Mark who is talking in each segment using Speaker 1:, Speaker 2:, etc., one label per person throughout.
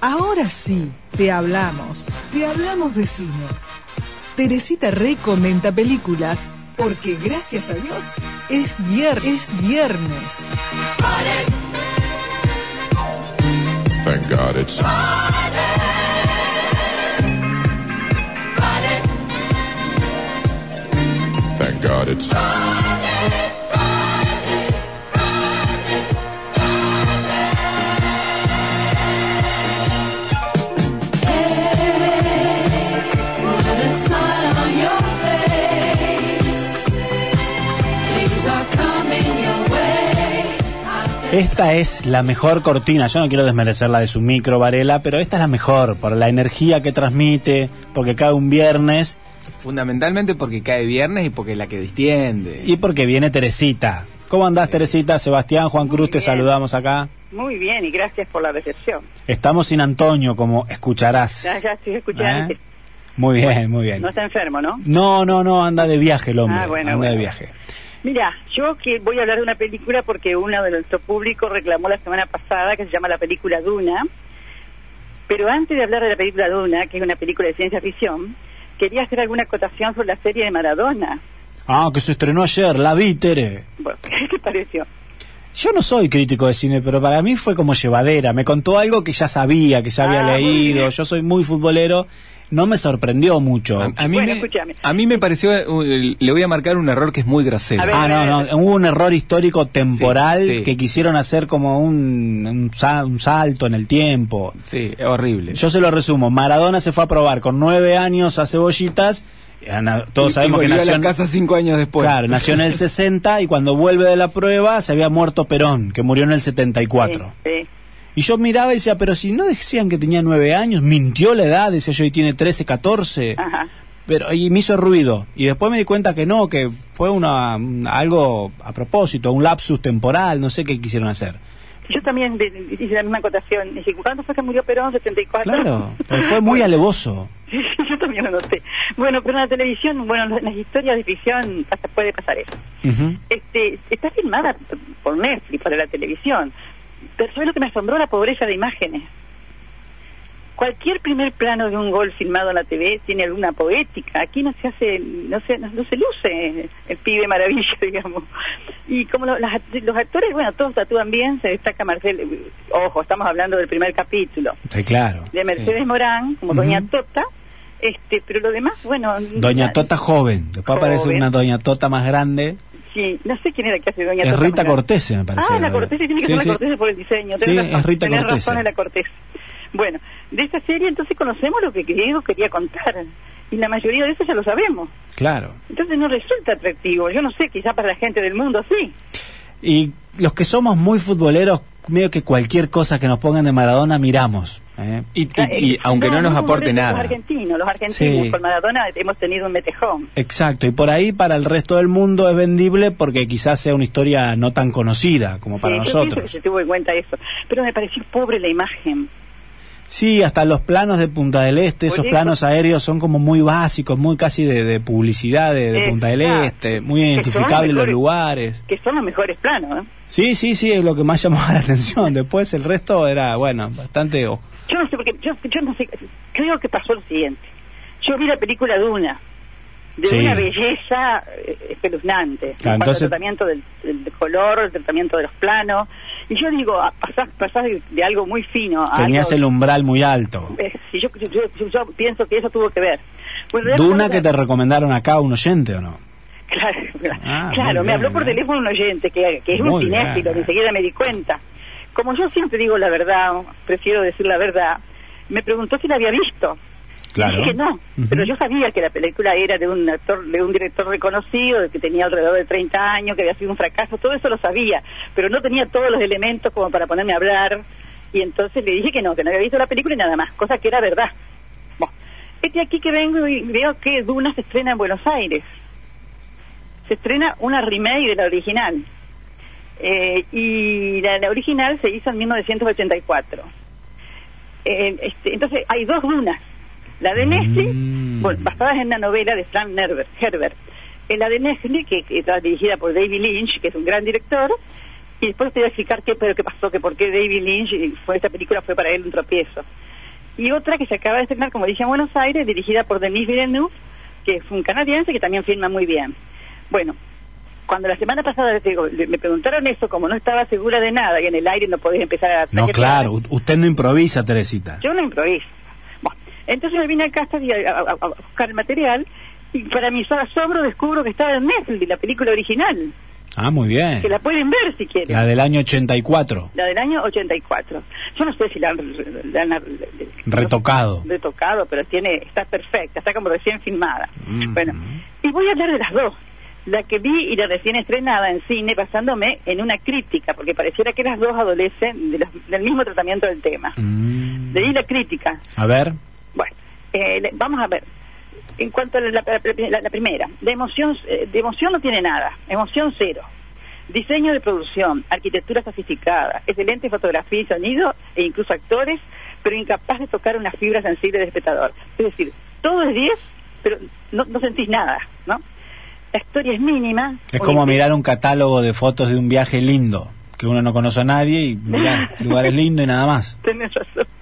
Speaker 1: Ahora sí, te hablamos, te hablamos de cine. Teresita recomienda películas porque gracias a Dios es viernes, es viernes.
Speaker 2: Thank God it's Thank God it's
Speaker 3: Esta es la mejor cortina. Yo no quiero desmerecer la de su micro, Varela, pero esta es la mejor por la energía que transmite, porque cae un viernes
Speaker 4: Fundamentalmente porque cae viernes y porque es la que distiende.
Speaker 3: y porque viene Teresita. ¿Cómo andás, Teresita? Sebastián, Juan
Speaker 5: Muy
Speaker 3: Cruz, te
Speaker 5: bien.
Speaker 3: saludamos acá.
Speaker 5: Muy bien, y gracias por la recepción.
Speaker 3: Estamos sin Antonio, como escucharás.
Speaker 5: Ya, ya estoy escuchando.
Speaker 3: ¿Eh? Muy bien, muy bien.
Speaker 5: No está enfermo, ¿no?
Speaker 3: No, no, no, anda de viaje el hombre.
Speaker 5: Ah, bueno,
Speaker 3: anda de
Speaker 5: bueno.
Speaker 3: viaje.
Speaker 5: Mira, yo que voy a hablar de una película porque uno de nuestro público reclamó la semana pasada que se llama la película Duna. Pero antes de hablar de la película Duna, que es una película de ciencia ficción, quería hacer alguna acotación sobre la serie de Maradona.
Speaker 3: Ah, que se estrenó ayer, la vi, Tere.
Speaker 5: Bueno, ¿Qué te pareció?
Speaker 3: Yo no soy crítico de cine, pero para mí fue como llevadera. Me contó algo que ya sabía, que ya había
Speaker 5: Ah, muy
Speaker 3: leído.
Speaker 5: bien.
Speaker 3: Yo soy muy futbolero. No me sorprendió mucho.
Speaker 4: A, a mí
Speaker 5: Bueno,
Speaker 4: me,
Speaker 5: escúchame.
Speaker 4: a mí me pareció, uh, le voy a marcar un error que es muy grosero.
Speaker 5: A ver.
Speaker 3: Ah, no, no. Hubo un error histórico temporal
Speaker 4: Sí, sí.
Speaker 3: que quisieron hacer como un, un sa- un salto en el tiempo.
Speaker 4: Sí, es horrible.
Speaker 3: Yo se lo resumo. Maradona se fue a probar con nueve años a cebollitas. Y ana- Todos
Speaker 4: Y-
Speaker 3: sabemos
Speaker 4: y
Speaker 3: que
Speaker 4: volvió
Speaker 3: nació
Speaker 4: a
Speaker 3: en-
Speaker 4: la casa cinco años después.
Speaker 3: Claro, nació en el 60 y cuando vuelve de la prueba se había muerto Perón, que murió en el 74.
Speaker 5: Sí, sí.
Speaker 3: Y yo miraba y decía, pero si no decían que tenía nueve años, mintió la edad, decía yo, y tiene 13, 14.
Speaker 5: Ajá.
Speaker 3: Pero, y me hizo ruido. Y después me di cuenta que no, que fue una, un- algo a propósito, un lapsus temporal, no sé qué quisieron hacer.
Speaker 5: Yo también de- de- hice la misma acotación. Dije, ¿cuándo fue que murió Perón? ¿74?
Speaker 3: Claro, pero fue muy alevoso.
Speaker 5: Sí, sí, yo también lo noté. Bueno, pero en la televisión, bueno, en las historias de ficción pasa- puede pasar eso. Este, está filmada por Netflix, para la televisión. Pero ¿sabes lo que me asombró? La pobreza de imágenes. Cualquier primer plano de un gol filmado en la TV tiene alguna poética. Aquí no se hace, no se, no, no se luce el pibe maravilla, digamos. Y como lo- las act- los actores, bueno, todos actúan bien, se destaca Marcel. Ojo, estamos hablando del primer capítulo
Speaker 3: Sí, claro.
Speaker 5: de Mercedes
Speaker 4: Sí.
Speaker 5: Morán, como Doña
Speaker 3: Ujú.
Speaker 5: Tota, este, pero lo demás, bueno...
Speaker 3: Doña
Speaker 5: na-
Speaker 3: Tota joven, después aparece
Speaker 5: Joven.
Speaker 3: una Doña Tota más grande.
Speaker 5: Sí, no sé quién era que hace Doña
Speaker 3: Es
Speaker 5: Tota.
Speaker 3: Rita
Speaker 5: Morán.
Speaker 3: Cortese, me parece.
Speaker 5: Ah, la Cortés, tiene que
Speaker 3: Sí,
Speaker 5: ser
Speaker 3: sí.
Speaker 5: la Cortés por el diseño.
Speaker 3: Sí,
Speaker 5: tenés razón,
Speaker 3: es Rita
Speaker 5: tenés
Speaker 3: Cortés.
Speaker 5: razón, es la Cortés. Bueno, de esta serie entonces conocemos lo que Diego quería contar, y la mayoría de eso ya lo sabemos.
Speaker 3: Claro.
Speaker 5: Entonces no resulta atractivo, yo no sé, quizá para la gente del mundo sí.
Speaker 3: Y los que somos muy futboleros, medio que cualquier cosa que nos pongan de Maradona miramos. ¿eh?
Speaker 4: Y, y- y aunque no nos aporte
Speaker 5: Los
Speaker 4: nada.
Speaker 5: argentinos, los argentinos
Speaker 3: Sí.
Speaker 5: con Maradona hemos tenido un metejón.
Speaker 3: Exacto, y por ahí para el resto del mundo es vendible porque quizás sea una historia no tan conocida como para
Speaker 5: Sí, yo pienso que
Speaker 3: nosotros.
Speaker 5: se tuvo en cuenta eso. Pero me pareció pobre la imagen.
Speaker 3: Sí, hasta los planos de Punta del Este,
Speaker 5: Por
Speaker 3: esos
Speaker 5: eso.
Speaker 3: planos aéreos son como muy básicos, muy casi de, de publicidad de, de Punta del
Speaker 5: Exacto.
Speaker 3: Este, muy
Speaker 5: Que son
Speaker 3: identificables los
Speaker 5: mejores.
Speaker 3: lugares.
Speaker 5: que son los mejores planos. ¿eh?
Speaker 3: Sí, sí, sí, es lo que más llamaba la atención. Después el resto era, bueno, bastante... o-
Speaker 5: Yo no sé porque yo, yo no sé, creo que pasó lo siguiente. Yo vi la película Duna de
Speaker 3: Sí.
Speaker 5: una belleza eh,
Speaker 3: Claro,
Speaker 5: espeluznante. En cuanto al
Speaker 3: entonces-
Speaker 5: tratamiento del, del color, el tratamiento de los planos. Y yo digo, ah, pasás, pasás de, de algo muy fino a
Speaker 3: Tenías el
Speaker 5: algo,
Speaker 3: umbral muy alto.
Speaker 5: eh, sí, yo, yo- yo- yo pienso que eso tuvo que ver. Bueno,
Speaker 3: Duna
Speaker 5: realmente-
Speaker 3: que te recomendaron acá un oyente o no.
Speaker 5: Claro,
Speaker 3: Ah, muy
Speaker 5: claro me
Speaker 3: bien,
Speaker 5: habló por
Speaker 3: bien.
Speaker 5: teléfono un oyente que, que es un
Speaker 3: Muy
Speaker 5: cinéfilo,
Speaker 3: bien.
Speaker 5: que enseguida me di cuenta. Como yo siempre digo la verdad, prefiero decir la verdad, me preguntó si la había visto.
Speaker 3: Claro.
Speaker 5: Y Dije no,
Speaker 3: Ujú.
Speaker 5: pero yo sabía que la película era de un actor, de un director reconocido, de que tenía alrededor de 30 años, que había sido un fracaso, todo eso lo sabía, pero no tenía todos los elementos como para ponerme a hablar. Y entonces le dije que no, que no había visto la película y nada más, cosa que era verdad. Bueno, este aquí que vengo y veo que Duna se estrena en Buenos Aires. Se estrena una remake de la original. Eh, y la, la original se hizo en 1984. Eh, este, entonces hay dos dunas. La de Nestle,
Speaker 3: Mm.
Speaker 5: bueno, basadas en una novela de Frank Nerver- Herbert. Eh, la de Nestle, que, que está dirigida por David Lynch, que es un gran director. Y después te voy a explicar qué, pero qué pasó, que por qué David Lynch eh, fue esta película fue para él un tropiezo. y otra que se acaba de estrenar, como dije, en Buenos Aires, dirigida por Denis Villeneuve, que es un canadiense que también filma muy bien. Bueno, cuando la semana pasada les digo, le- me preguntaron eso, como no estaba segura de nada y en el aire no podés empezar a...
Speaker 3: No, claro, u- usted no improvisa, Teresita.
Speaker 5: Yo no improviso. Bueno, entonces me vine acá hasta a, a- a buscar el material y para mi asombro descubro que estaba en Netflix, la película original,
Speaker 3: Ah, muy bien.
Speaker 5: que la pueden ver si quieren.
Speaker 3: La del año 84,
Speaker 5: La del año 84. Yo no sé si la han, la han-
Speaker 3: retocado.
Speaker 5: retocado, pero tiene está perfecta, está como recién filmada. Bueno, y voy a hablar de las dos. La que vi y la recién estrenada en cine, basándome en una crítica, porque pareciera que las dos adolecen de los- del mismo tratamiento del tema.
Speaker 3: Mm.
Speaker 5: De ahí la crítica.
Speaker 3: A ver,
Speaker 5: Bueno, eh, le- vamos a ver. En cuanto a la, la- la- la primera, la emoción, eh, de emoción no tiene nada, emoción cero. Diseño de producción, arquitectura sofisticada, excelente fotografía y sonido, e incluso actores, pero incapaz de tocar una fibra sensible del espectador. Es decir, todo es 10, pero no, no sentís nada, ¿no? La historia es mínima.
Speaker 3: es como
Speaker 5: Obviamente-
Speaker 3: mirar un catálogo de fotos de un viaje lindo, que uno no conoce a nadie y mirá, lugares lindos y nada más.
Speaker 5: Tienes razón.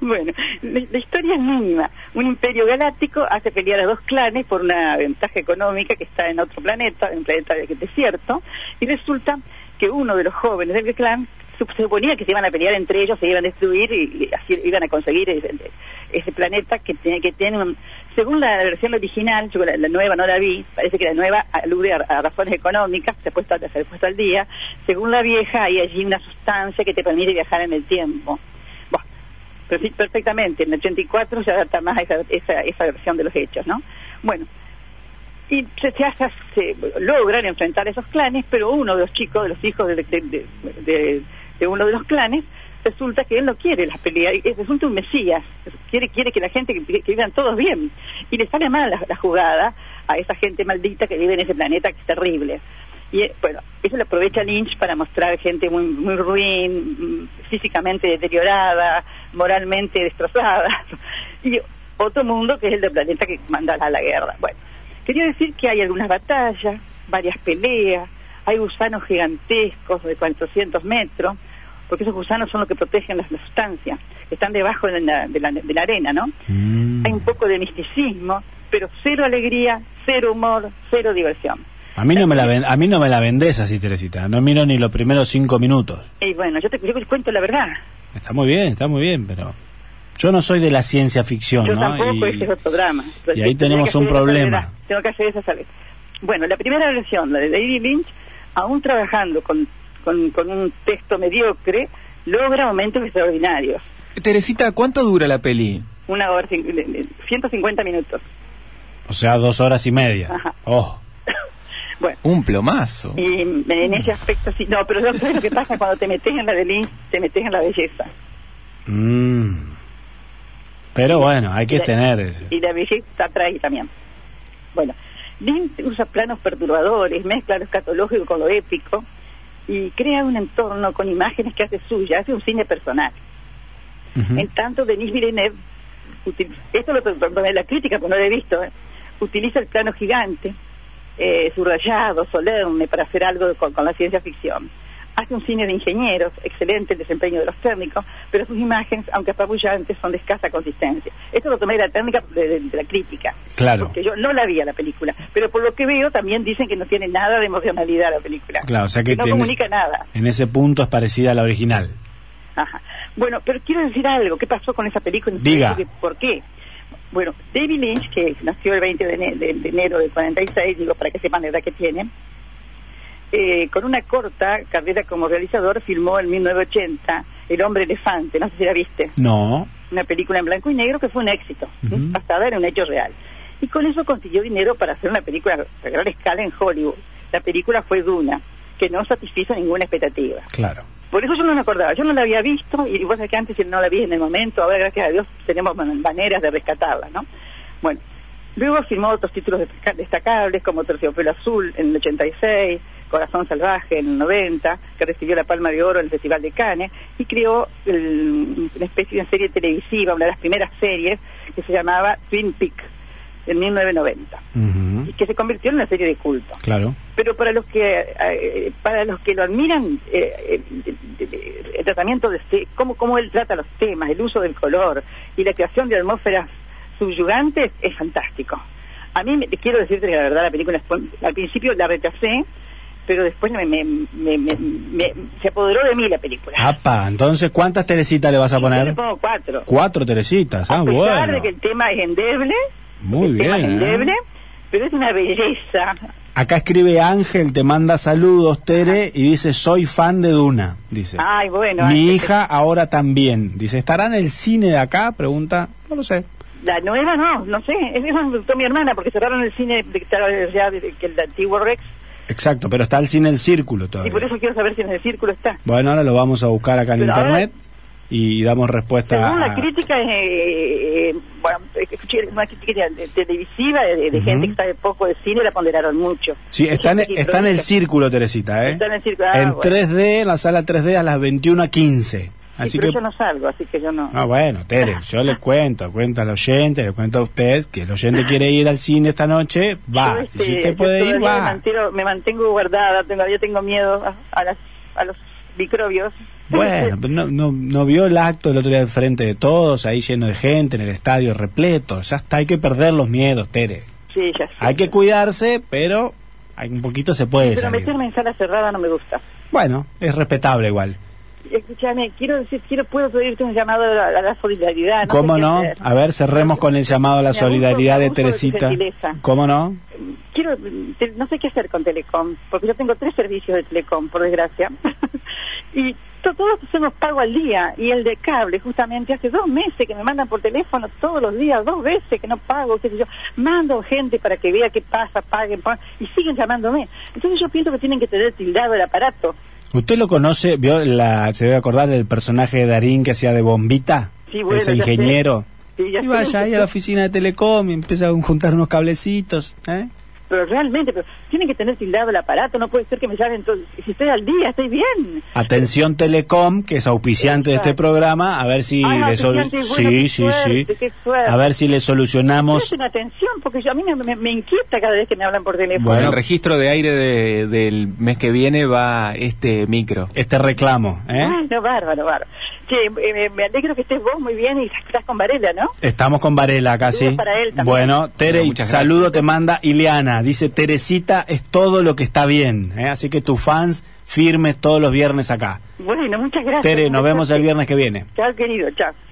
Speaker 5: Bueno, la, la historia es mínima. Un imperio galáctico hace pelear a dos clanes por una ventaja económica que está en otro planeta, en un planeta de- desierto, y resulta que uno de los jóvenes del clan su- se suponía que se iban a pelear entre ellos, se iban a destruir y, y así iban a conseguir ese, ese planeta que tiene, que tiene un- según la versión original, yo la, la nueva no la vi, parece que la nueva alude a, a razones económicas, se ha puesto, se ha puesto al día, según la vieja hay allí una sustancia que te permite viajar en el tiempo. Bueno, perfe- perfectamente, en el 84 se adapta más a esa, esa, esa versión de los hechos, ¿no? Bueno, y se, se hace- se logran enfrentar esos clanes, pero uno de los chicos, de los hijos de, de- de- de- de uno de los clanes, resulta que él no quiere las peleas, y es- resulta un mesías, quiere quiere que la gente, que, que vivan todos bien, y le sale mal la, la jugada a esa gente maldita que vive en ese planeta que es terrible. Y eh, bueno, eso lo aprovecha Lynch para mostrar gente muy, muy ruin, mm, físicamente deteriorada, moralmente destrozada, y otro mundo que es el del planeta que manda a la guerra. Bueno, Quería decir que hay algunas batallas, varias peleas, hay gusanos gigantescos de 400 metros, porque esos gusanos son los que protegen las, las sustancias, que están debajo de la, de la- de la arena, ¿no?
Speaker 3: Mm.
Speaker 5: Hay un poco de misticismo, pero cero alegría, cero humor, cero diversión.
Speaker 3: A mí no me la ven- a mí no me la vendés así, Teresita. No miro ni los primeros cinco minutos.
Speaker 5: Y bueno, yo te, yo te cuento la verdad.
Speaker 3: Está muy bien, está muy bien, pero yo no soy de la ciencia ficción,
Speaker 5: Yo
Speaker 3: ¿no?
Speaker 5: tampoco,
Speaker 3: Y-
Speaker 5: ese es otro drama.
Speaker 3: y ahí
Speaker 5: Tengo que
Speaker 3: tenemos
Speaker 5: hacer
Speaker 3: un
Speaker 5: esa
Speaker 3: problema.
Speaker 5: salvedad, Tengo que hacer esa salvedad. Bueno, la primera versión, la de David Lynch, aún trabajando con, con, con un texto mediocre, logra momentos extraordinarios.
Speaker 4: Teresita, ¿cuánto dura la peli?
Speaker 5: Una hora, cin- de- de- 150 minutos.
Speaker 3: o sea, dos horas y media.
Speaker 5: Ajá.
Speaker 3: Oh,
Speaker 5: Bueno,
Speaker 4: Un plomazo.
Speaker 5: y en ese aspecto sí. No, pero yo sé lo que pasa cuando te metes en la de Lynch, te metes en la belleza.
Speaker 3: mm. Pero bueno, hay que
Speaker 5: Y la-
Speaker 3: tener... ese-
Speaker 5: Y la belleza atrae también. Bueno, Lynch usa planos perturbadores, mezcla lo escatológico con lo épico y crea un entorno con imágenes que hace suya, hace un cine personal.
Speaker 3: Ujú.
Speaker 5: En tanto, Denis Villeneuve, util- esto lo perdoné la crítica, porque no lo he visto, ¿eh? utiliza el plano gigante, eh, subrayado, solemne, para hacer algo con, con la ciencia ficción. Hace un cine de ingenieros, excelente el desempeño de los técnicos, pero sus imágenes, aunque apabullantes, son de escasa consistencia. Esto lo tomé de la técnica de, de- de la crítica,
Speaker 3: Claro,
Speaker 5: que yo no la vi a la película, pero por lo que veo también dicen que no tiene nada de emocionalidad la película.
Speaker 3: claro, o sea que...
Speaker 5: no
Speaker 3: tenés-
Speaker 5: comunica nada.
Speaker 3: En ese punto es parecida a la original.
Speaker 5: Ajá. Bueno, pero quiero decir algo. ¿Qué pasó con esa película?
Speaker 3: Diga.
Speaker 5: ¿Por qué? Bueno, David Lynch, que nació el 20 de ene- de- de enero, del 46, digo, para que sepan la edad que tiene, eh, con una corta carrera como realizador, filmó en 1980 El hombre elefante, no sé si la viste,
Speaker 3: No,
Speaker 5: una película en blanco y negro que fue un éxito, ¿sí?
Speaker 3: Ujú.
Speaker 5: basada en un hecho real. Y con eso consiguió dinero para hacer una película a gran escala en Hollywood. La película fue Duna, que no satisfizo ninguna expectativa.
Speaker 3: claro.
Speaker 5: Por eso yo no me acordaba, yo no la había visto y vos sabés que antes no la vi en el momento, ahora gracias a Dios tenemos man- maneras de rescatarla, ¿no? Bueno, luego firmó otros títulos destaca- destacables como Terciopelo Azul en el 86, Corazón Salvaje en el 90, que recibió la Palma de Oro en el Festival de Cannes y creó el- una especie de serie televisiva, una de las primeras series que se llamaba Twin Peaks en 1990
Speaker 3: Ujú,
Speaker 5: y que se convirtió en una serie de culto.
Speaker 3: Claro.
Speaker 5: Pero para los que eh, para los que lo admiran eh, eh, el, tratamiento de este- cómo cómo él trata los temas, el uso del color y la creación de atmósferas subyugantes es fantástico. A mí me- quiero decirte que la verdad la película fue- al principio la rechacé, pero después me, me- me- me- me- se apoderó de mí la película.
Speaker 3: Apa, entonces, ¿cuántas Teresitas le vas a
Speaker 5: Yo le
Speaker 3: poner?
Speaker 5: pongo cuatro.
Speaker 3: Cuatro Teresitas. Ah,
Speaker 5: a pesar
Speaker 3: bueno.
Speaker 5: de que el tema es endeble,
Speaker 3: Muy
Speaker 5: el tema es
Speaker 3: bien. ¿eh?
Speaker 5: endeble, pero es una belleza.
Speaker 3: Acá escribe Ángel, te manda saludos, Tere, y dice, soy fan de Duna, dice.
Speaker 5: Ay, bueno,
Speaker 3: Mi
Speaker 5: Ángel,
Speaker 3: hija ahora también. Dice, ¿estará en el cine de acá? Pregunta, no lo sé.
Speaker 5: La nueva no, no sé, es eso me gustó mi hermana porque cerraron el cine de, de- ya de- que el antiguo Rex
Speaker 3: Exacto, pero está el cine El Círculo
Speaker 5: y
Speaker 3: todavía.
Speaker 5: por eso quiero saber si en el círculo está.
Speaker 3: Bueno, ahora lo vamos a buscar acá en
Speaker 5: Pero ahora-
Speaker 3: internet y damos respuesta
Speaker 5: Según
Speaker 3: a-
Speaker 5: la crítica, eh, eh, bueno, escuché una crítica de- televisiva de, de- de
Speaker 3: Ujú.
Speaker 5: gente que sabe poco de cine, la ponderaron mucho.
Speaker 3: Sí,
Speaker 5: Hay
Speaker 3: está en,
Speaker 5: gente que
Speaker 3: está en el
Speaker 5: improvisa.
Speaker 3: círculo, Teresita, ¿eh?
Speaker 5: Está en el círculo, ah,
Speaker 3: En
Speaker 5: bueno.
Speaker 3: 3D, en la sala 3D a las 21.15. Así
Speaker 5: Sí,
Speaker 3: que...
Speaker 5: pero yo no salgo, así que yo no.
Speaker 3: Ah, bueno, Tere, yo le cuento, cuento al oyente, le cuento a usted que el oyente quiere ir al cine esta noche, va.
Speaker 5: Yo,
Speaker 3: Y si
Speaker 5: este,
Speaker 3: usted
Speaker 5: yo
Speaker 3: puede ir,
Speaker 5: todavía Me
Speaker 3: va.
Speaker 5: mantengo, me mantengo guardada, tengo, yo tengo miedo a, a las, a los microbios.
Speaker 3: Bueno, pero no, no, no vio el acto el otro día al frente de todos, ahí lleno de gente, en el estadio repleto. Ya está, hay que perder los miedos, Tere.
Speaker 5: sí, ya sé.
Speaker 3: Hay que cuidarse, pero hay, un poquito se puede
Speaker 5: Pero
Speaker 3: salir.
Speaker 5: meterme en sala cerrada no me gusta.
Speaker 3: Bueno, es respetable igual.
Speaker 5: Escúchame, quiero decir, quiero, puedo pedirte un llamado a la, a la solidaridad. Ah, No
Speaker 3: ¿Cómo
Speaker 5: sé qué
Speaker 3: no? Ah.
Speaker 5: hacer.
Speaker 3: A ver, cerremos con el llamado a la
Speaker 5: Me abuso-
Speaker 3: solidaridad
Speaker 5: me
Speaker 3: de
Speaker 5: abuso de tu
Speaker 3: Teresita.
Speaker 5: gentileza.
Speaker 3: ¿Cómo no?
Speaker 5: Quiero, te- no sé qué hacer con Telecom, porque yo tengo tres servicios de Telecom, por desgracia. y to- todos hacemos pago al día, y el de cable, justamente, hace dos meses que me mandan por teléfono todos los días, dos veces que no pago, qué sé yo. Mando gente para que vea qué pasa, paguen, paguen, y siguen llamándome. Entonces yo pienso que tienen que tener tildado el aparato.
Speaker 3: ¿Usted lo conoce? ¿Vio la, se debe acordar del personaje de Darín que hacía de bombita?
Speaker 5: Sí, bueno,
Speaker 3: Ese
Speaker 5: ya sé.
Speaker 3: ingeniero.
Speaker 5: Sí, ya
Speaker 3: Y
Speaker 5: sé.
Speaker 3: vaya ahí a la oficina de Telecom y empieza a juntar unos cablecitos. ¿eh?
Speaker 5: Pero realmente, pero tienen que tener tildado el aparato, no puede ser que me llamen todos. Si estoy al día, estoy bien.
Speaker 3: Atención Telecom, que es auspiciante de este
Speaker 5: Exacto.
Speaker 3: programa, a ver si
Speaker 5: Ay,
Speaker 3: le solu-
Speaker 5: auspiciante, bueno, qué suerte, qué suerte.
Speaker 3: A ver si le
Speaker 5: Es
Speaker 3: solucionamos.
Speaker 5: una atención, porque yo, a mí me, me- me inquieta cada vez que me hablan por teléfono.
Speaker 3: Bueno.
Speaker 4: Bueno, el registro de aire de- del mes que viene va este micro.
Speaker 3: Este reclamo, ¿eh?
Speaker 5: Ay, no, bárbaro, bárbaro. Che, eh, me- me alegro que estés vos muy bien y estás con Varela, ¿no?
Speaker 3: Estamos con Varela casi.
Speaker 5: Saludos para él también.
Speaker 3: bueno, Tere,
Speaker 4: Bueno, muchas
Speaker 3: saludo
Speaker 4: gracias.
Speaker 3: te manda Ileana. Dice, Teresita es todo lo que está bien. ¿eh? Así que tus fans firmes todos los viernes acá.
Speaker 5: Bueno, muchas gracias.
Speaker 3: Tere, nos vemos el viernes que viene.
Speaker 5: Chao, querido, chao.